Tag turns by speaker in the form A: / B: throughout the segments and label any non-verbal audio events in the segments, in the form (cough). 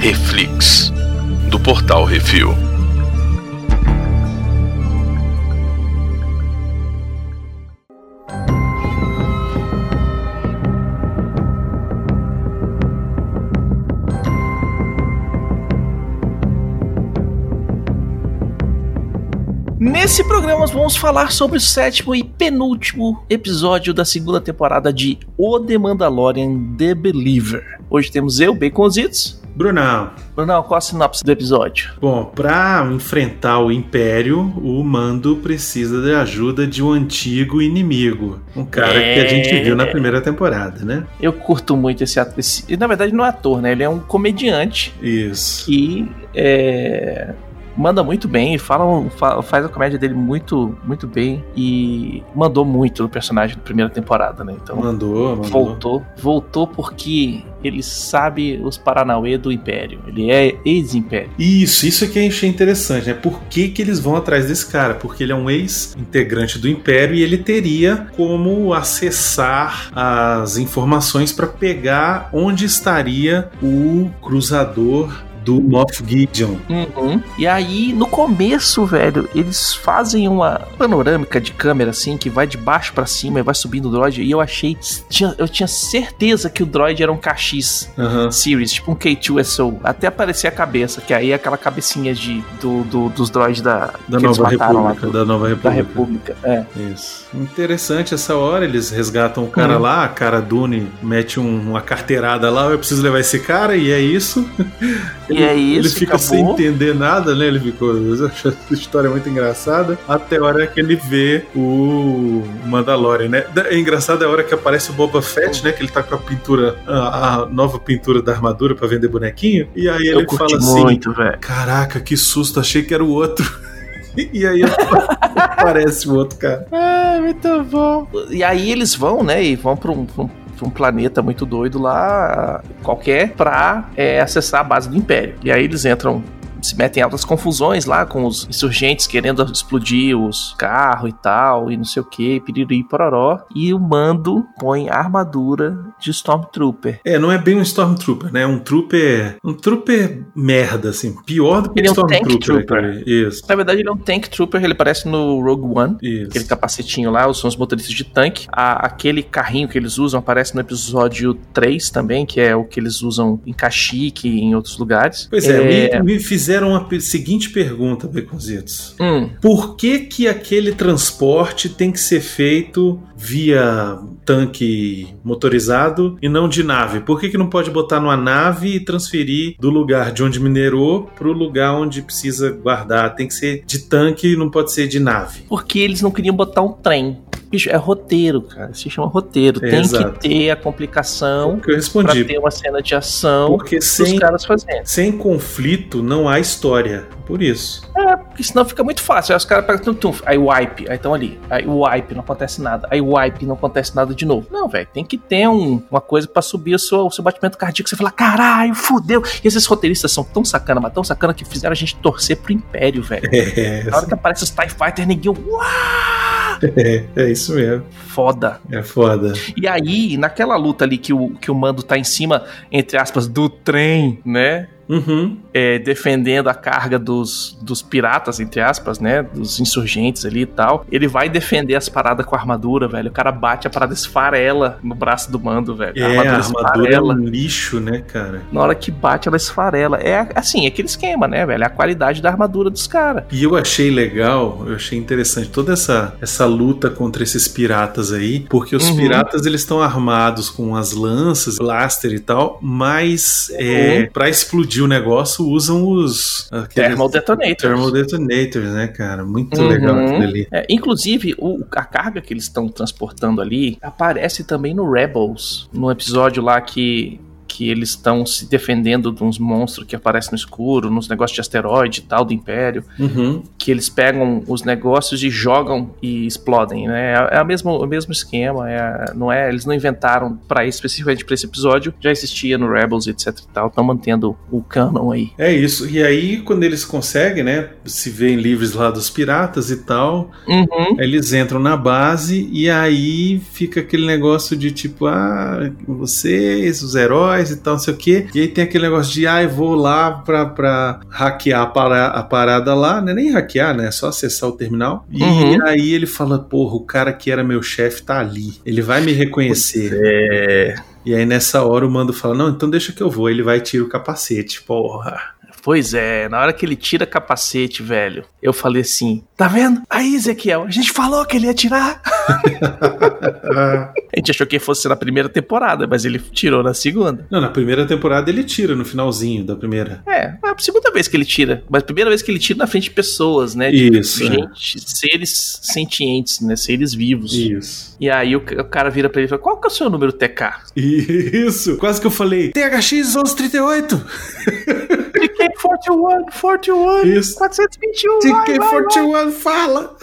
A: Reflix, do portal Refil.
B: Nesse programa nós vamos falar sobre o sétimo e penúltimo episódio da segunda temporada de O The Mandalorian The Believer. Hoje temos eu, Baconzitos.
C: Brunão,
B: Brunão, qual a sinopse do episódio?
C: bom, pra enfrentar o Império, o Mando precisa da ajuda de um antigo inimigo. Um cara que a gente viu na primeira temporada, né?
B: Eu curto muito esse ator. esse- e, na verdade não é ator, né? Ele é um comediante
C: Isso.
B: que é, manda muito bem, fala, um- fa- faz a comédia dele muito, muito bem e mandou muito no personagem da primeira temporada, né? Então
C: Mandou, mandou.
B: Voltou, voltou porque ele sabe os Paranauê do Império. Ele é ex-império.
C: Isso, isso é que eu achei interessante, né? Por que, que eles vão atrás desse cara? Porque ele é um ex-integrante do Império e ele teria como acessar as informações para pegar onde estaria o cruzador do Moff Gideon. Uhum.
B: E aí, no começo, velho, eles fazem uma panorâmica de câmera assim que vai de baixo pra cima e vai subindo o droid. E eu achei, tinha- eu tinha certeza que o droid era um KX
C: Aham.
B: Series, tipo um K2SO, até aparecer a cabeça, que aí é aquela cabecinha de do, do- dos droids da,
C: Da
B: que eles
C: Nova,
B: mataram lá
C: República,
B: do-
C: da Nova República.
B: da República. É.
C: Isso. Interessante essa hora, eles resgatam o cara
B: Hum.
C: lá, a cara Dune mete um- uma carteirada lá, eu preciso levar esse cara, e é isso.
B: E é isso,
C: Ele fica sem
B: acabou.
C: entender nada, né? Ele ficou. (laughs) Eu acho essa história muito engraçada. Até a hora que ele vê o Mandalorian, né? Da- É engraçado a hora que aparece o Boba Fett, né? Que ele tá com a pintura, a, a nova pintura da armadura pra vender bonequinho. E aí
B: Eu
C: ele
B: curti
C: fala assim:
B: muito, velho.
C: Caraca, que susto, achei que era o outro. (laughs) E aí aparece o outro cara.
B: É, muito bom. E aí eles vão, né? E vão pra um, pra um- pra um planeta muito doido lá, qualquer, pra é, acessar a base do Império. E aí eles entram. Se metem em altas confusões lá com os insurgentes querendo explodir os carros e tal, e não sei o que, piriri pororó. E o mando põe a armadura de Stormtrooper.
C: É, não é bem um Stormtrooper, né? É um Trooper. Um Trooper merda, assim. Pior do que
B: Ele é um
C: Stormtrooper.
B: tank trooper.
C: né, cara? Isso.
B: Na verdade, ele é um Tank Trooper, ele parece no Rogue One. aquele
C: Isso.
B: capacetinho lá, são os motoristas de tanque. A- aquele carrinho que eles usam aparece no episódio 3 também, que é o que eles usam em Caxique e em outros lugares.
C: Pois é, Me, me fizeram a pe- seguinte pergunta, Beconzitos.
B: Hum,
C: Por que que aquele transporte tem que ser feito via tanque motorizado e não de nave? Por que que não pode botar numa nave e transferir do lugar de onde minerou pro lugar onde precisa guardar? Tem que ser de tanque e não pode ser de nave.
B: porque eles não queriam botar um trem. Bicho, é roteiro, cara. Se chama roteiro.
C: É,
B: Tem
C: exato.
B: que ter a
C: É o
B: complicação
C: que eu
B: pra
C: respondi.
B: ter uma cena de ação
C: Porque
B: dos
C: sem
B: caras fazendo.
C: Sem conflito não há história. Por isso.
B: É, Porque senão fica muito fácil. Aí os caras pegam tum, tum, aí wipe, aí estão ali. Aí wipe, não acontece nada. Aí wipe, não acontece nada de novo. Não, velho, tem que ter um- uma coisa pra subir o seu, o seu batimento cardíaco. Você fala, caralho, fudeu. E esses roteiristas são tão sacana, mas tão sacana que fizeram a gente torcer pro Império, velho.
C: É,
B: Na hora que aparece os TIE Fighters, ninguém. "Uh, Uau!
C: é, é isso mesmo.
B: Foda.
C: É foda.
B: E aí, naquela luta ali que o, que o mando tá em cima, entre aspas, do trem, né?
C: Uhum.
B: é, defendendo a carga dos, dos piratas, entre aspas, né? Dos insurgentes ali e tal. Ele vai defender as paradas com a armadura, velho. O cara bate a parada esfarela no braço do mando, velho.
C: É, a armadura é um lixo, né, cara?
B: Na hora que bate, ela esfarela. É assim, é aquele esquema, né, velho? É a qualidade da armadura dos caras.
C: E eu achei legal, eu achei interessante toda essa, essa luta contra esses piratas aí, porque os
B: Uhum.
C: piratas eles estão armados com as lanças, blaster e tal, mas
B: Uhum.
C: é, para explodir o negócio usam os aqueles
B: Thermal detonator.
C: thermal detonators, né, cara? Muito
B: Uhum.
C: legal aquilo ali.
B: É, inclusive, o- a carga que eles estão transportando ali aparece também no Rebels, no episódio lá que, que eles estão se defendendo de uns monstros que aparecem no escuro, nos negócios de asteroide e tal do Império,
C: Uhum.
B: que eles pegam os negócios e jogam e explodem, né? É, é o, mesmo, o mesmo esquema, é, não é? Eles não inventaram para especificamente para esse episódio, já existia no Rebels, etc e tal, estão mantendo o canon aí.
C: É isso. E aí, quando eles conseguem, né? Se veem livres lá dos piratas e tal,
B: Uhum.
C: eles entram na base e aí fica aquele negócio de tipo, ah, vocês, os heróis, e tal, não sei o quê. E aí tem aquele negócio de, ah, eu vou lá pra, pra hackear a, para, a parada lá, né? Nem hackear, né? É só acessar o terminal. E
B: Uhum.
C: aí ele fala, porra, o cara que era meu chefe tá ali. Ele vai me reconhecer.
B: É.
C: E aí nessa hora o mando fala, não, então deixa que eu vou. Ele vai e tira o capacete, porra.
B: Pois é, na hora que ele tira capacete, velho, eu falei assim: tá vendo? Aí, Ezequiel, a gente falou que ele ia tirar. (laughs) A gente achou que fosse na primeira temporada, mas ele tirou na segunda.
C: não, na primeira temporada ele tira, no finalzinho da primeira.
B: É, é a segunda vez que ele tira. Mas a primeira vez que ele tira na frente de pessoas, né? De
C: Isso. é.
B: gente, seres sentientes, né? Seres vivos.
C: Isso.
B: E aí o, ca- o cara vira pra ele e fala: qual que é o seu número (laughs) TK?
C: Isso. Quase que eu falei, THX 1138.
B: TK41, 41,
C: Isso.
B: 421. vai, vai,
C: TK41 fala.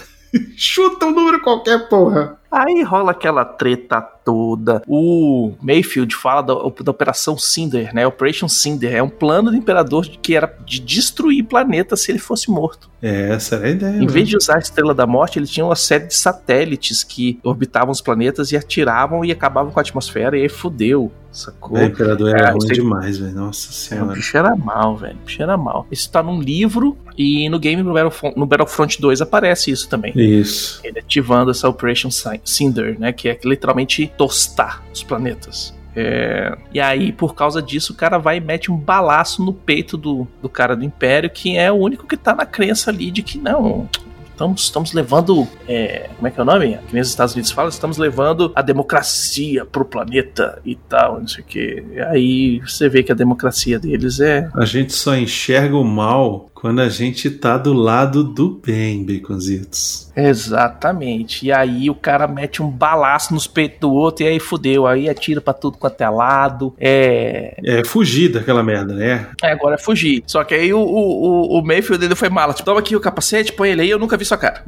C: Chuta um número qualquer, porra.
B: Aí rola aquela treta toda. O Mayfield fala da, da Operação Cinder, né? Operation Cinder. É um plano do imperador que era de destruir planeta se ele fosse morto.
C: É, essa era a ideia.
B: Em
C: né?
B: vez de usar a Estrela da Morte, ele tinha uma série de satélites que orbitavam os planetas e atiravam e acabavam com a atmosfera. E aí fudeu, sacou?
C: O imperador era
B: Ah,
C: ruim
B: isso aí-
C: demais, velho. Nossa
B: É, o
C: senhora.
B: bicho era mal, velho. O bicho era mal. Isso tá num livro e no game no Battlefront, no Battlefront 2 aparece isso também.
C: Isso.
B: Ele ativando essa Operation Cin- Cinder, né? Que é literalmente tostar os planetas. É, E aí, por causa disso, o cara vai e mete um balaço no peito do, do cara do Império, que é o único que tá na crença ali de que não. Estamos, estamos levando. é, Como é que é o nome? Que nem os Estados Unidos falam, estamos levando a democracia pro planeta e tal, não sei o quê. E aí você vê que a democracia deles é.
C: A gente só enxerga o mal quando a gente tá do lado do bem, Baconzitos.
B: Exatamente. E aí o cara mete um balaço nos peitos do outro e aí fudeu. Aí atira pra tudo quanto é lado. É.
C: É fugir daquela merda, né?
B: é, agora é fugir. Só que aí o, o, o- o Mayfield ele foi mala. Tipo, toma aqui o capacete, põe ele aí, eu nunca vi sua cara.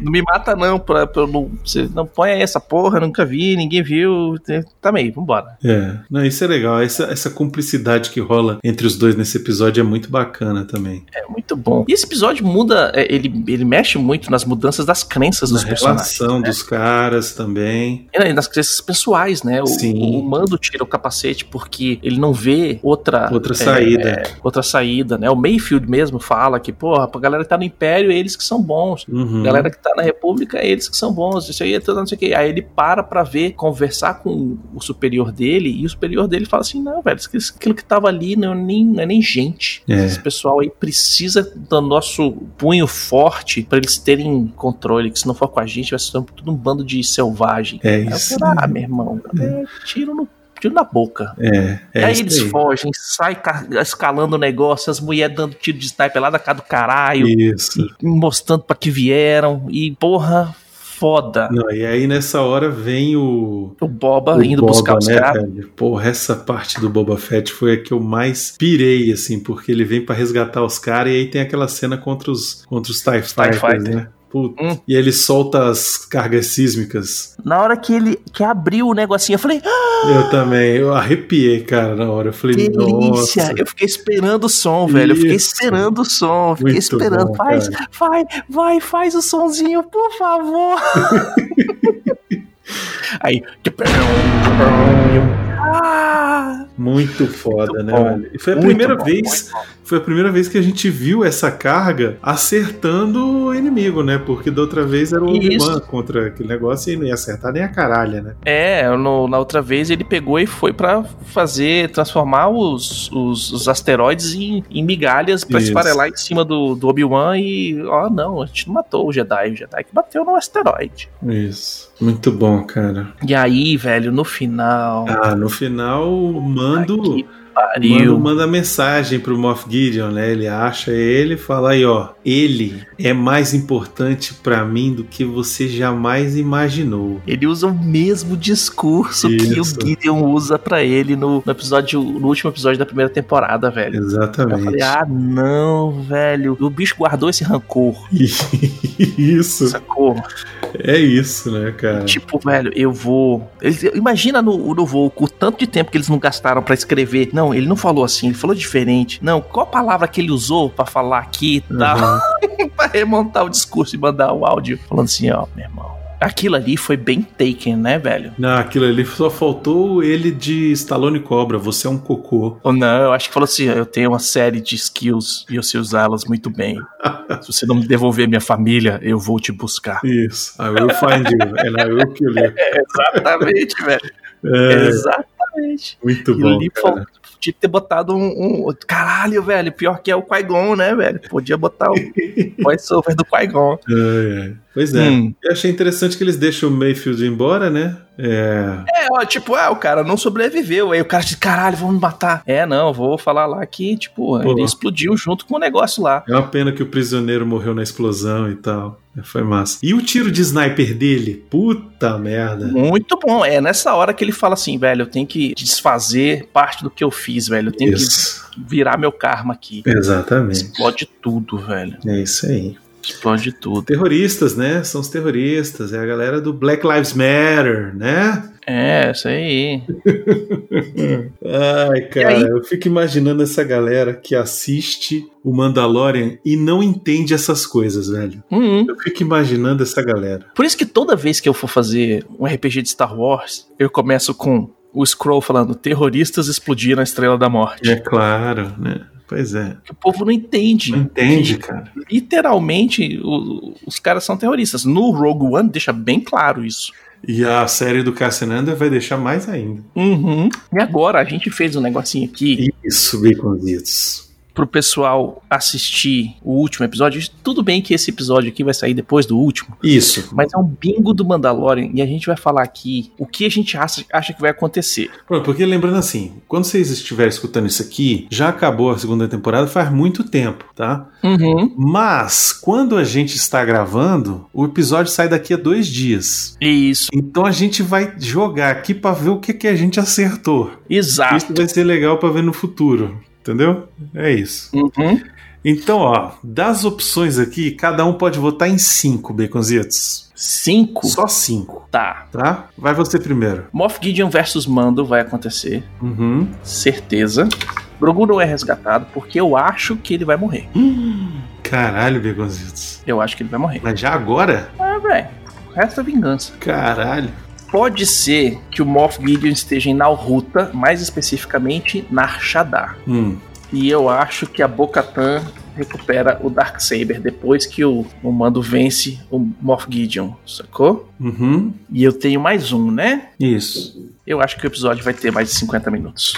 B: não me mata, não, pra, pra eu não. Você não põe aí essa porra, eu nunca vi, ninguém viu. Também, meio vambora.
C: É. Não, isso é legal. Essa, essa cumplicidade que rola entre os dois nesse episódio é muito bacana também.
B: É muito bom. E esse episódio muda, é, ele, ele mexe muito nas mudanças das crenças
C: Na
B: dos personagens. né?
C: relação dos caras também.
B: É, nas crenças pessoais, né? O,
C: Sim.
B: o Mando tira o capacete porque ele não vê outra,
C: Outra
B: é,
C: saída.
B: outra saída, né? O Mayfield mesmo fala que, porra, a galera que tá no Império, eles que são bons.
C: Uhum.
B: A galera que tá na República, eles que são bons. Isso aí é tudo, não sei o quê. Aí ele para pra ver, conversar com o superior dele, e o superior dele fala assim: não, velho, isso- aquilo que tava ali não é nem, não é nem gente.
C: É.
B: Esse pessoal aí precisa do nosso punho forte pra eles terem controle, que se não for com a gente, vai ser tudo um bando de selvagem.
C: É
B: Aí eu
C: isso.
B: falei, ah, meu irmão, é, tiro, no, tiro na boca.
C: É, é
B: aí
C: isso
B: eles
C: aí.
B: fogem, saem ca- escalando o negócio, as mulheres dando tiro de sniper lá da cara do caralho,
C: Isso.
B: mostrando pra que vieram, e porra, foda.
C: Não, e aí nessa hora vem o,
B: O Boba
C: O
B: indo
C: Boba,
B: buscar os
C: né,
B: caras.
C: velho? Porra, essa parte do Boba Fett foi a que eu mais pirei, assim, porque ele vem pra resgatar os caras e aí tem aquela cena contra os, contra os TIE Fighters,
B: Fighter.
C: né? Puta.
B: Hum.
C: E ele solta as cargas sísmicas.
B: Na hora que ele que abriu o negocinho, eu falei, ah,
C: Eu também, eu arrepiei, cara, na hora. Eu falei,
B: delícia!
C: nossa.
B: Eu fiquei esperando o som, velho. Eu fiquei
C: Isso.
B: esperando o som, eu fiquei
C: Muito
B: esperando.
C: bom,
B: faz, vai, vai, faz o sonzinho, por
C: (laughs)
B: favor. Aí, ah!
C: Muito foda,
B: Muito
C: né,
B: bom.
C: velho? E foi a
B: Muito
C: primeira
B: bom,
C: vez
B: muito bom.
C: Foi a primeira vez que a gente viu essa carga acertando o inimigo, né? Porque da outra vez era o
B: Isso.
C: Obi-Wan contra aquele negócio e não ia acertar nem a caralha, né?
B: É, no- na outra vez ele pegou e foi pra fazer, transformar os, os, os asteroides em, em migalhas pra
C: Isso.
B: esfarelar em cima do, do Obi-Wan e, ó, não, a gente não matou o Jedi, o Jedi que bateu no asteroide.
C: Isso. Muito bom, cara.
B: E aí, velho, no final.
C: Ah, no final o Mando,
B: que
C: Mando
B: pariu.
C: manda mensagem pro Moff Gideon, né? Ele acha ele e fala aí, ó, ele é mais importante pra mim do que você jamais imaginou.
B: Ele usa o mesmo discurso que o
C: Isso.
B: Gideon usa pra ele no, no episódio, no último episódio da primeira temporada, velho. Eu
C: Exatamente.
B: falei, ah, não, velho. O bicho guardou esse rancor,
C: (laughs) isso.
B: sacou?
C: É isso, né, cara?
B: Tipo, velho, eu vou. Eles- imagina no, no Volco o tanto de tempo que eles não gastaram pra escrever. Não, ele não falou assim, ele falou diferente. Não, qual a palavra que ele usou pra falar aqui e tal? (laughs)
C: Uhum.
B: pra remontar o discurso e mandar o áudio falando assim, ó, meu irmão. Aquilo ali foi bem taken, né, velho?
C: Não, aquilo ali só faltou ele de Stallone Cobra, você é um cocô.
B: Ou não, eu acho que falou assim: eu tenho uma série de skills e eu sei usá-las muito
C: (laughs)
B: bem. Se você não me devolver minha família, eu vou te buscar.
C: Isso, I will find you (laughs) and I will kill you.
B: É, exatamente, velho.
C: (laughs) É,
B: Exatamente.
C: muito
B: Aquilo
C: bom,
B: ali
C: cara.
B: foi- Tinha que ter botado um, um- Caralho, velho. Pior que é o Qui-Gon, né, velho? Podia
C: (laughs)
B: botar o voiceover do Qui-Gon.
C: É, é. Pois é.
B: Hum.
C: Eu achei interessante que eles deixam o Mayfield embora, né? É.
B: É, ó, tipo, ah, o cara não sobreviveu. Aí o cara disse, caralho, vamos me matar. É, não, vou falar lá que, tipo, ele explodiu junto com o negócio lá.
C: É uma pena que o prisioneiro morreu na explosão e tal. É, Foi massa. E o tiro de sniper dele? Puta merda.
B: Muito bom. É nessa hora que ele fala assim, velho, eu tenho que desfazer parte do que eu fiz, velho. Eu tenho
C: Isso.
B: que virar meu karma aqui.
C: Exatamente.
B: Explode tudo, velho.
C: É isso aí.
B: Explode tudo.
C: Terroristas, né? São os terroristas. É a galera do Black Lives Matter, né?
B: É, isso aí.
C: Ai, cara,
B: E aí?
C: eu fico imaginando essa galera que assiste o Mandalorian e não entende essas coisas, velho.
B: Hum.
C: Eu fico imaginando essa galera.
B: Por isso que toda vez que eu for fazer um RPG de Star Wars, eu começo com o Scroll falando terroristas explodiram a Estrela da Morte.
C: É claro, né? Pois é.
B: Que o povo não entende.
C: Não entende, cara.
B: Literalmente, o- os caras são terroristas. No Rogue One deixa bem claro isso.
C: E a série do Cassinanda vai deixar mais ainda.
B: Uhum. E agora a gente fez um negocinho aqui
C: Isso, baconzitos.
B: pro pessoal assistir o último episódio. Tudo bem que esse episódio aqui vai sair depois do último.
C: Isso.
B: Mas é um bingo do Mandalorian e a gente vai falar aqui o que a gente acha, acha que vai acontecer.
C: Pronto, porque lembrando assim, quando vocês estiverem escutando isso aqui, já acabou a segunda temporada faz muito tempo, tá?
B: Uhum.
C: Mas, quando a gente está gravando, o episódio sai daqui a dois dias.
B: Isso.
C: Então a gente vai jogar aqui pra ver o que, que a gente acertou.
B: Exato.
C: Isso vai ser legal pra ver no futuro, entendeu? É isso.
B: Uhum.
C: Então, ó, das opções aqui, cada um pode votar em cinco, baconzitos.
B: Cinco.
C: Só cinco,
B: Tá.
C: tá? Vai você primeiro.
B: Moff Gideon versus Mando vai acontecer,
C: Uhum. (gasps)
B: certeza. Grogu não é resgatado porque eu acho que ele vai morrer.
C: Caralho, Begonzitos.
B: Eu acho que ele vai morrer.
C: Mas já agora?
B: Ah, velho. O resto é vingança.
C: Caralho.
B: Pode ser que o Moff Gideon esteja em Nalruta, mais especificamente na Arshadar.
C: Hum.
B: E eu acho que a Bocatan recupera o Darksaber depois que o, o Mando vence o Moff Gideon, sacou?
C: Uhum.
B: E eu tenho mais um, né?
C: Isso.
B: Eu acho que o episódio vai ter mais de 50 minutos.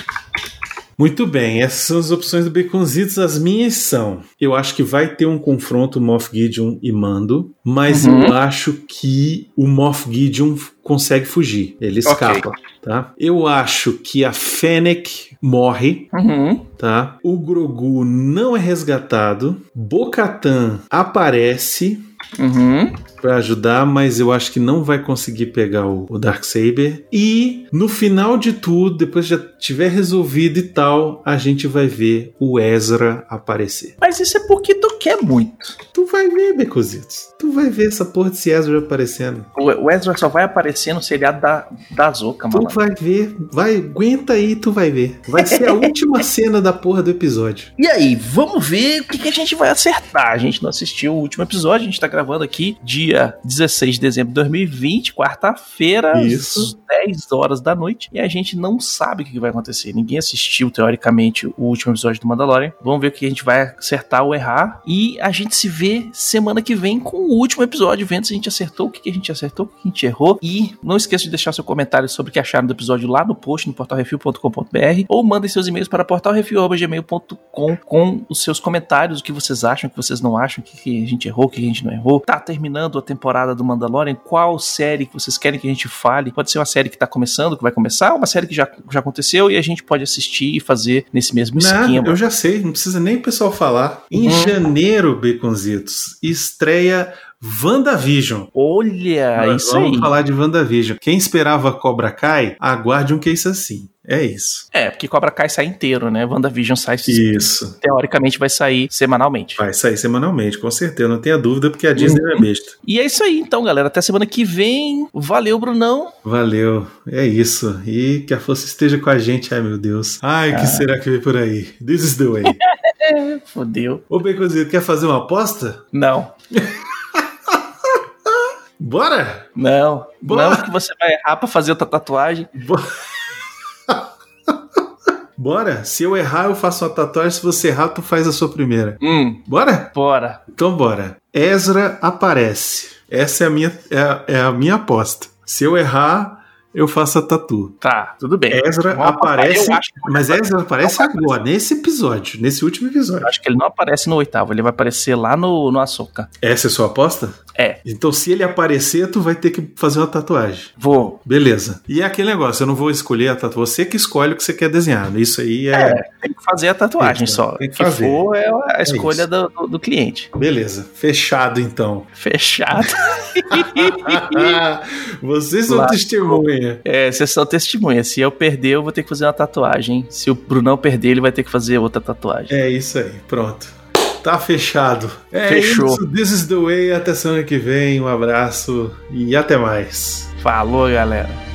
C: Muito bem, essas são as opções do Beconzitos. As minhas são. Eu acho que vai ter um confronto Moff Gideon e Mando, mas
B: Uhum.
C: eu acho que o Moff Gideon f- consegue fugir. Ele
B: Ok.
C: escapa, tá? Eu acho que a Fennec morre,
B: Uhum.
C: tá? O Grogu não é resgatado. Bocatan aparece,
B: Uhum.
C: Pra ajudar, mas eu acho que não vai conseguir pegar o, o Darksaber. E no final de tudo, depois que já tiver resolvido e tal, a gente vai ver o Ezra aparecer.
B: Mas isso é porque tu quer muito.
C: Tu vai ver, Becozitos. Tu vai ver essa porra desse Ezra aparecendo.
B: O o Ezra só vai aparecer no seriado da, da Zoka,
C: Tu
B: mano.
C: vai ver. Vai, aguenta aí, tu vai ver.
B: (laughs)
C: Vai ser a última cena da porra do episódio.
B: E aí, vamos ver o que, que a gente vai acertar. A gente não assistiu o último episódio, a gente tá gravando aqui dia 16 de dezembro de 2020, quarta-feira, às
C: Isso.
B: 10 horas da noite. E a gente não sabe o que, que vai acontecer. Ninguém assistiu, teoricamente, o último episódio do Mandalorian. Vamos ver o que a gente vai acertar ou errar. E a gente se vê semana que vem com o último episódio, vendo se a gente acertou, o que, que a gente acertou, o que a gente errou. E não esqueça de deixar seu comentário sobre o que acharam do episódio lá no post, no portalrefil.com.br, ou mandem seus e-mails para portalrefil.gmail.com com os seus comentários, o que vocês acham, o que vocês não acham, o que, que a gente errou, o que a gente não errou. Tá terminando a temporada do Mandalorian, qual série que vocês querem que a gente fale? Pode ser uma série que tá começando, que vai começar, uma série que já, já aconteceu e a gente pode assistir e fazer nesse mesmo Um esquema.
C: Nada, Né? eu já sei, não precisa nem o pessoal falar. Em
B: Uhum.
C: janeiro, Beconzitos, estreia WandaVision.
B: Olha,
C: Nós
B: Ah, isso
C: vamos
B: aí.
C: falar de WandaVision. Quem esperava Cobra Kai, aguarde um case assim. É isso.
B: É, porque Cobra Kai sai inteiro, né? WandaVision sai,
C: Isso.
B: teoricamente, vai sair semanalmente.
C: Vai sair semanalmente, com certeza. Não tenha dúvida, porque a Disney não é besta.
B: E é isso aí, então, galera. Até semana que vem. Valeu, Brunão.
C: Valeu. É isso. E que a força esteja com a gente. Ai, meu Deus. Ai,
B: Ah.
C: que será que vem por aí? This is
B: (laughs)
C: the way.
B: Fodeu.
C: Ô, Beconzito, quer fazer uma aposta?
B: Não.
C: Bora?
B: Não.
C: Bora.
B: Não que você vai errar pra fazer outra tatuagem.
C: Bora? Se eu errar, eu faço uma tatuagem. Se você errar, tu faz a sua primeira.
B: Hum,
C: Bora?
B: bora.
C: Então bora. Ezra aparece. Essa é a minha, é a, é a minha aposta. Se eu errar, eu faço a tatu.
B: Tá, tudo bem.
C: Ezra
B: Não
C: aparece.
B: Eu acho, que-
C: Mas Ezra aparece
B: Não vai
C: agora, nesse episódio, nesse último
B: eu
C: episódio.
B: acho que ele não aparece no oitavo, ele vai aparecer lá no, no açúcar.
C: Essa é sua aposta?
B: É.
C: Então, se ele aparecer, tu vai ter que fazer uma tatuagem.
B: Vou.
C: Beleza. E é aquele negócio, eu não vou escolher a tatuagem. Você que escolhe o que você quer desenhar. né? Isso aí é.
B: Tem que fazer a tatuagem
C: Tem que-
B: só.
C: tem
B: O
C: que
B: que
C: fazer.
B: for é a escolha
C: isso.
B: do, do- do cliente.
C: Beleza.
B: (laughs)
C: Fechado, então. (laughs)
B: Fechado.
C: Vocês são
B: Lascou.
C: testemunha.
B: é, vocês são testemunha. Se eu perder, eu vou ter que fazer uma tatuagem. Se o Brunão perder, ele vai ter que fazer outra tatuagem.
C: É isso aí, pronto. Tá fechado. É
B: Fechou.
C: isso, this is the way. Até semana que vem. Um abraço e até mais.
B: Falou, galera.